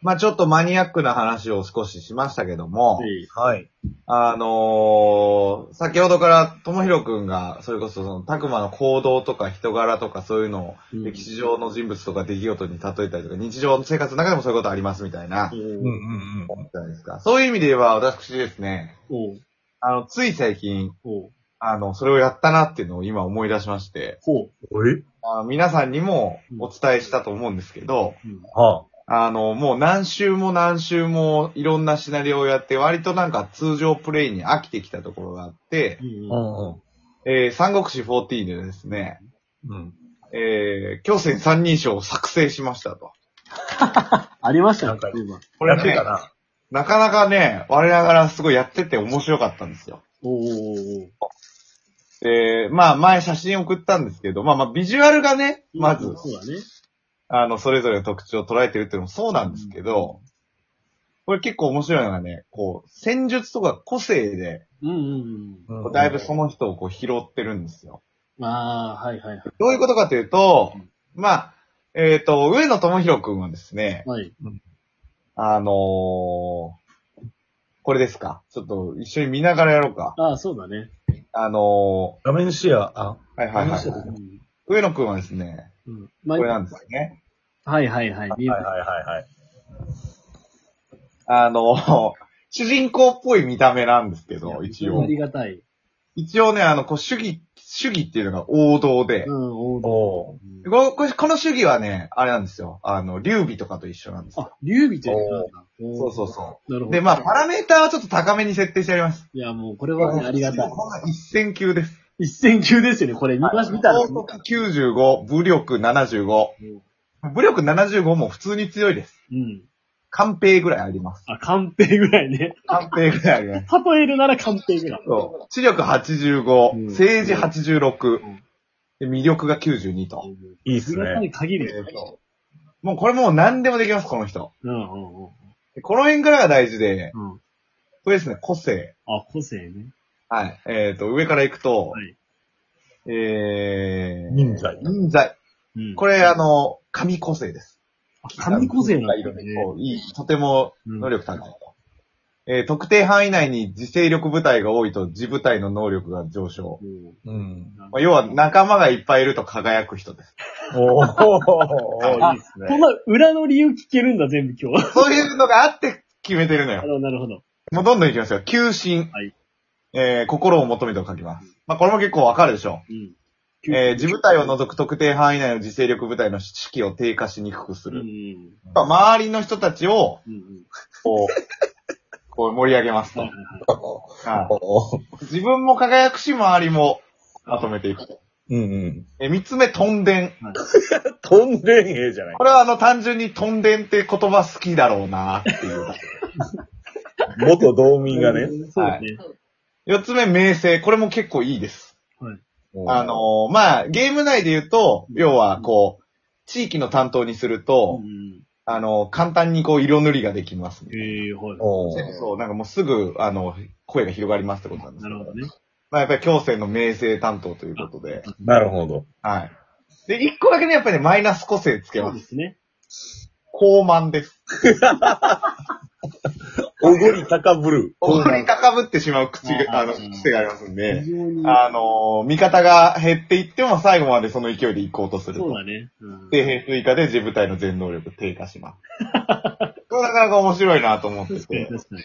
まあちょっとマニアックな話を少ししましたけども、はい。あのー先ほどからともひろくんが、それこそその、たくまの行動とか人柄とかそういうのを、うん歴史上の人物とか出来事に例えたりとか、日常の生活の中でもそういうことありますみたいな、うじんうんうんうん。ゃないですか。そういう意味で言えば、私ですね、おうあの、つい最近、おうあの、それをやったなっていうのを今思い出しまして、ほえあの皆さんにもお伝えしたと思うんですけど、う。うんはあの、もう何週も何週もいろんなシナリオをやって、割となんか通常プレイに飽きてきたところがあって、うんあ。うんえー、三国志14でですね、うん。うん。えー、京戦三人称を作成しましたと。ありましたなんねか、今。これやってたな。なかなかね、我ながらすごいやってて面白かったんですよ。おうおうおうえー、まあ前写真送ったんですけど、まあまあビジュアルがね、まず、そうだね。あの、それぞれの特徴を捉えてるっていうのもそうなんですけど、これ結構面白いのがね、こう、戦術とか個性で、うんうんうこうんだいぶその人をこう拾ってるんですよ。うん。ああ、はいはいはどういうことかというとうん、まあ、えっ、と、上野智弘くんはですねい。、はい。あのーこれですか。ちょっと一緒に見ながらやろうか。ああ、そうだね。あの画面シェア、あ、ーはいはいはい。うん上野くんはですね、うん。こまれなあ、んですよね。はいはいはい。見えはいたはいはいはい。あのー主人公っぽい見た目なんですけど、一あ応り。がたい。一応ね、あの、こう、主義、主義っていうのが王道でう、ん、おうおー。うんこここの主義はね、あれなんですよ。あの、劉備とかと一緒なんですよ。あ、劉備というかなんだ。そうそうう。そなるう。ほど。で、まあ、パラメーターはちょっと高めに設定してあります。いや、もうこれはね、ありがたい。こんな一戦級です。一戦級ですよね、これ。見まし、見たら高。速95、武力75。武力75も普通に強いです。うん。完璧ぐらいあります。あ、完璧ぐらいね。完璧ぐらいあります。例えるなら完璧ぐらい。そう。知力85、うん政治86ん、で魅力が92と。いいっすすごさね。に限えるよー。ともうこれもう何でもできます、この人。うんうんうん。でこの辺からが大事で、うん。これですね、個性。あ、個性ね。はい。えっ、と、上から行くと、はいえー、忍者。忍才。うん。これ、あの、神個性です。あ神個性なん色だ々ね。こういい、とてもうん能力高いと。えー特定範囲内に自勢力部隊が多いと自部隊の能力が上昇。うんうん。まあ、要は仲間がいっぱいいると輝く人 です。おー、いいっすこんね。な裏の理由聞けるんだ、全部 今日。そういうのがあって決めてるのなよ。るほど、なるほど。もうどんどんいきますよ。求心。はいえー心を求めてと書きます。まあ、これも結構わかるでしょうん。う。えー自部隊を除く特定範囲内の自勢力部隊の士気を低下しにくくすうんうる。んやっぱ周りの人たちを、うんうん。こう、こう盛り上げますと。はいはいははい。 おーい自分も輝くし、周りもまとめていくと。うんうん。え、三つ目、トンデン。とんでんええじゃないこ。れはあの、単純にトンデンって言葉好きだろうなっていう。元道民がね。そうだね。四つ目、名声。これも結構いいです。あおー、のーまあ、ゲーム内で言うと、要はこう、地域の担当にするうと、んあのー簡単にこう、色塗りができます、うん。ええ、はい。おーそう、なんかもうすぐ、あの、声が広がりますってことなんですなけるほどね。まあ、やっぱり強制の名声担当ということで。なるほど。はい。で、一個だけね、やっぱりね、マイナス個性つけそうま。ですすね。高慢です。おごり高ぶる。おごり高ぶってしまう口が、ああーの、癖がありますんで非、常に。あのー味方が減っていっても最後までその勢いで行こうとすると。そうだね。うんで、平数以下で自部隊の全能力低下し ます。これなかなか面白いなと思って確かて。に確かに。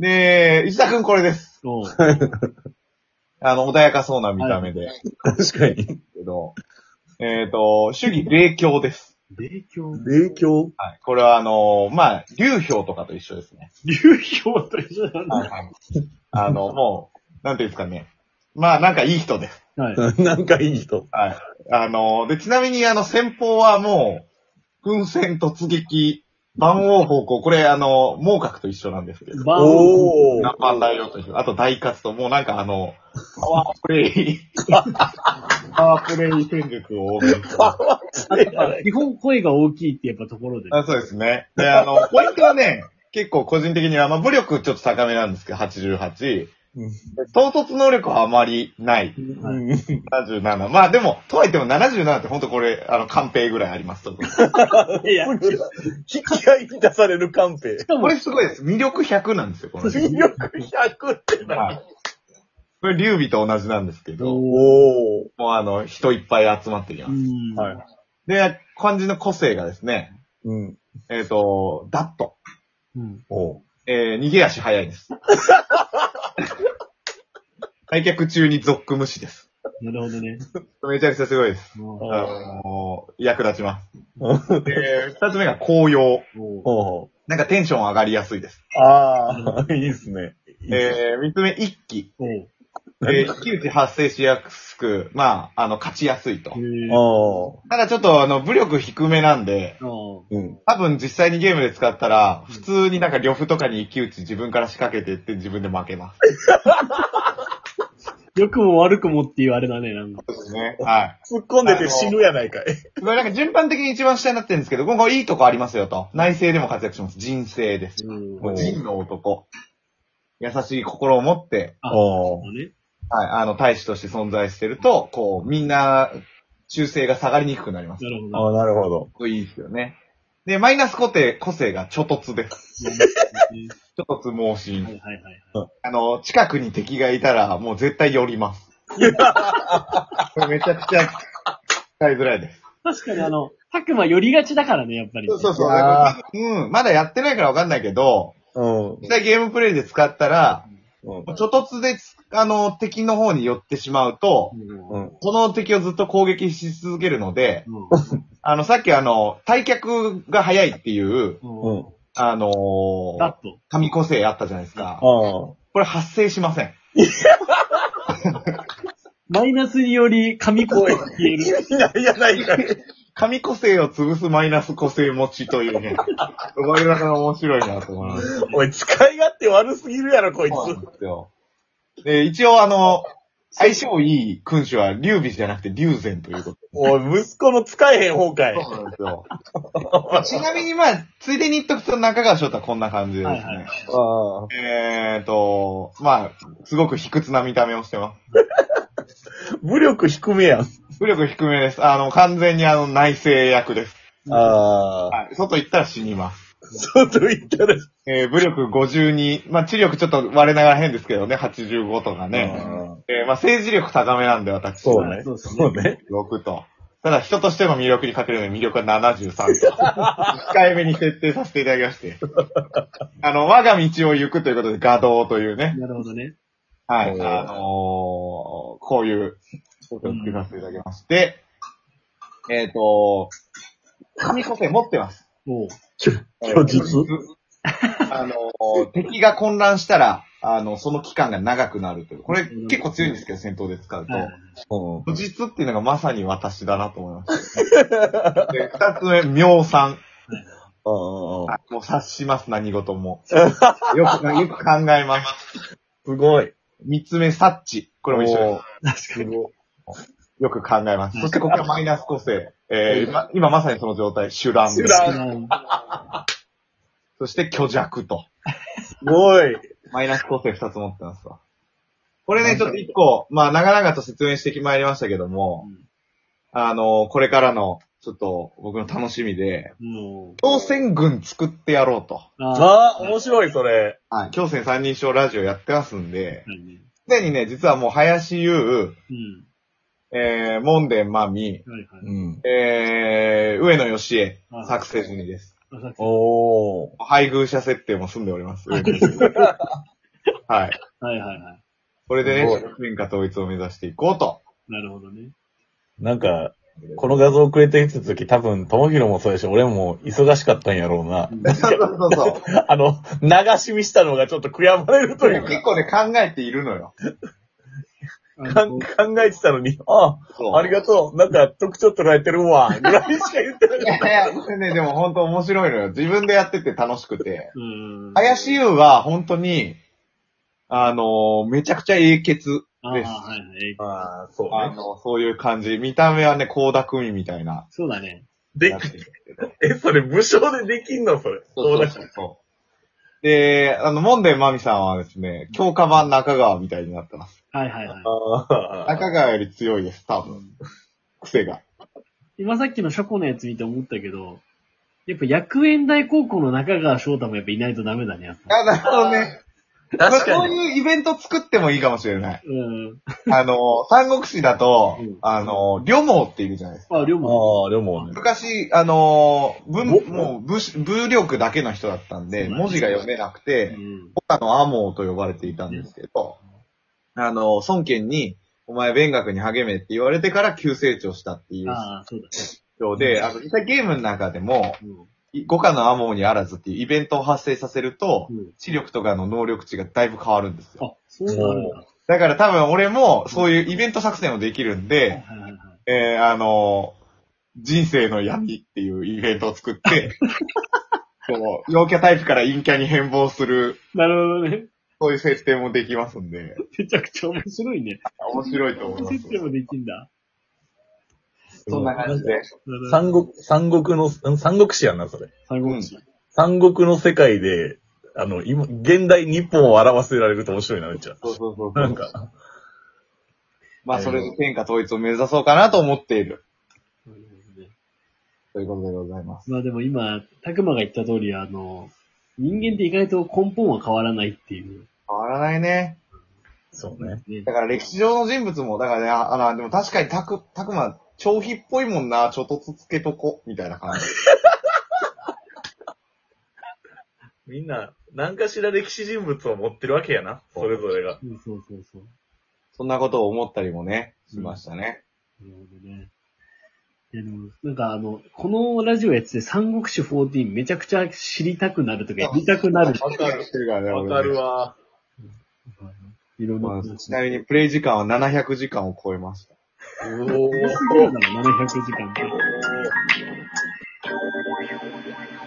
で、石田くんこれです。おうあの、穏やかそうな見た目で。確かに。けど、えっ、と、主義霊強です。霊強。影響はい。これはあのーまあ、流氷とかと一緒ですね。 流氷と一緒なんだ。あの、もう、なんていうんですかね。まあ、なんかいい人です。はい。なんかいい人。はい。あの、で、ちなみに、あの、先方はもう、軍船突撃、万王方向、これ、あの、猛角と一緒なんですけど、バーン。おー。南蛮大王と一緒、あと大活と、もうなんかあの、パワープレイ、 パワープレイ戦術を応援してあとは基本声が大きいってやっぱところでね。あそうですね。で、あの、ポイントはね、結構個人的には、まあ、武力ちょっと高めなんですけど、88。唐突能力はあまりない。うん77。まあでも、とはいっても77って本当これ、あの、完璧ぐらいあります。こいや、引き合いに出されるカンペし。かも、れすごいです。魅力100なんですよ、この人。魅力100ってな。はい。これ、劉備と同じなんですけど、もおーおー。うあの、人いっぱい集まってきうます。ん。はい。で、漢字の個性がですね、うん。えっ、と、ダット。うん。おうえー、逃げ足早い です。開脚中にゾック無視です。なるほどね。めちゃくちゃすごいです。もああーのー役立ちます。おうで、二つ目が紅葉。うもおうなんかテンション上がりやすいです。ああ、いいっすね。いいっすねえー、三つ目、一気。う、おう えー、一気打ち発生しやすく、まあ、あの、勝ちやすいと。へーあただちょっと、あの、武力低めなんで、あーーうん。多分実際にゲームで使ったら、普通になんか呂布とかに一気打ち自分から仕掛けてって自分で負けます。良くも悪くもっていうあれだね、なんか。そうですね。はい。突っ込んでて死ぬやないかい。これなんか順番的に一番下になってるんですけど、今後いいとこありますよと。内政でも活躍します。人生です。うん。もう人の男。優しい心を持って、あそおうね。はい、あの、大使として存在してると、こう、みんな、修正が下がりにくくなります。なるほど。ああ、なるほど。これいいですよね。で、マイナス固定、個性が諸突です。は諸突猛進。いはいはい。あの、近くに敵がいたら、もう絶対寄り ます。これめちゃくちゃ、使いづらいです。確かにあの、白馬寄りがちだからね、やっぱり。そうそうそう。いやーうん、まだやってないからわかんないけど、うん。実際ゲームプレイで使ったら、うん。諸突で、あの、敵の方に寄ってしまうとう、ん。うん。ううんん。その敵をずっと攻撃し続けるので、あの、さっきあの、退却が早いっていう、うん。うあのん。ーだ、と。神個性あったじゃないですか。ああ。これ発生しません。マイナスにより神声が消え意る。味ないやないかい。神個性を潰すマイナス個性持ちという ね、生まれながら面白いなと思います。おい、使い勝手悪すぎるやろ、こいつ。そうなんですよ。で、一応あの、相性いい君主は劉備じゃなくて劉禅ということ。おい、息子の使えへん方かい。そうなんですよ。 ちなみにまあ、ついでに言っとくと中川翔太はこんな感じですね。はいはいああ。えーと、まあ、すごく卑屈な見た目をしてます。武力低めやん。武力低めです。あの、完全にあの、内政役です。ああ。はい。外行ったら死にます。外行ったら。えー、武力52、まあ、知力ちょっと割れながら変ですけどね、85とかね。えー、まあ、政治力高めなんで、私。そうねそうですそうね。ね。 6と。ただ、人としての魅力にかけるので魅力は73と。控えめに設定させていただきまして。あの、我が道を行くということで、画道というね。なるほどね。はい。あおのーー、こういう、ことを作らせていただきまして、えっ、と、紙個性持ってます。もう。虚実あのー、敵が混乱したら、あの、その期間が長くなるという。これ結構強いんですけど、戦闘で使うと。はいうん。無実っていうのがまさに私だなと思いました。で、二つ目、妙算。うんうもんう察します、何事も。よく、よく考えます。すごい。三つ目、察知。これも一緒です。確かに。よく考えます。そしてここがマイナス個性。えー、ま今まさにその状態、手乱です手乱そして虚弱と。すごい。マイナス構成二つ持ってますわ。これね、ちょっと一個、まあ、長々と説明してきまいりましたけども、うんあの、これからの、ちょっと、僕の楽しみで、も強戦軍作ってやろうと。う。ああ。ああ、面白い、それ。はい。強戦三人称ラジオやってますんで、はいねすでにね、実はもう、林優、うん。えー、門田真美、はいはい。うん。えー、上野義恵はい、作成済みです。浅草おー。配偶者設定も済んでおります。上野義恵はい。はいはいはい。これですごねい、文化統一を目指していこうと。なるほどね。なんか、この画像をくれてきたとき、多分、ともひろもそうやし、俺も忙しかったんやろうなう。んそうそうそう。あの、流し見したのがちょっと悔やまれるという結か、構ね、考えているのよ。かん考えてたのに、あそあ、ありがとう、なんか特徴捉えてるわ、ぐらいしか言ってなう。いかっやいや、これね、でも本当面白いのよ。自分でやってて楽しくて。うん。林優は本当に、あのーめちゃくちゃ英傑。ああ、はいはい。た。ああ、そうあね。の、そういう感じ。見た目はね、高田組みたいな。そうだね。でや、つですけどえ、それ無償でできんのそれ。そうそうそそう。で、あの、モンデンマミさんはですね、強化版中川みたいになってます。はいはいはい。あ中川より強いです、多分。癖が。今さっきのショコのやつ見て思ったけど、やっぱ薬園大高校の中川翔太もやっぱいないとダメだね、やっぱ。あ、なるほどね。ー確かそうに。いうイベント作ってもいいかもしれない。うん。あの、三国志だとうん、あの、両毛っているじゃないですか。あ、龍あ馬。ー、でもね。昔、あの、文、ぼもう武士、武力だけの人だったんで、文字が読めなくうて、ん。他のアモーと呼ばれていたんですけど、あの、孫権に、お前勉学に励めって言われてから急成長したっていうああ、そうだね。状況で、あの、実際ゲームの中でも、うんい五課のアモーにあらずっていうイベントを発生させると、うん。知力とかの能力値がだいぶ変わるんですよ。あ、そうなんだ。だから多分俺もそういうイベント作戦をできるんはいで、はいはいはい。えー、あのー人生の闇っていうイベントを作 って、こう、陽キャタイプから陰キャに変貌する、なるほどね。そういう設定もできますんで、めちゃくちゃ面白いね。面白いと思います設。定もできんだ。そんな感じで。なるほど三国、三国の、ん三国志やんな、それ。三国志。三国の世界で、あの、今、現代日本を表せられると面白いな、めっちゃ。そうそうそうそう。なんか、まあ、それで天下統一を目指そうかなと思っている。なるほどねということでございます。まあでも今、たくまが言った通り、あの、人間って意外と根本は変わらないっていう。変わらないね。そうね。ねだから歴史上の人物も、だからね、ああの、でも確かにたく、たくま、長飛っぽいもんな、ちょっとつつけとこ、みたいな感じ。みんな、何かしら歴史人物を持ってるわけやな、それぞれが。そうそうそうそう。そんなことを思ったりもね、しましたね。なるほどね。いやでも、なんかあの、このラジオやつで三国志14めちゃくちゃ知りたくなるとか、見たくなる。わかる。してるからね、わかるわ。わ。いろんなまこあとですちなみにプレイ時間は700時間を超えました。おすごいな、700時間って。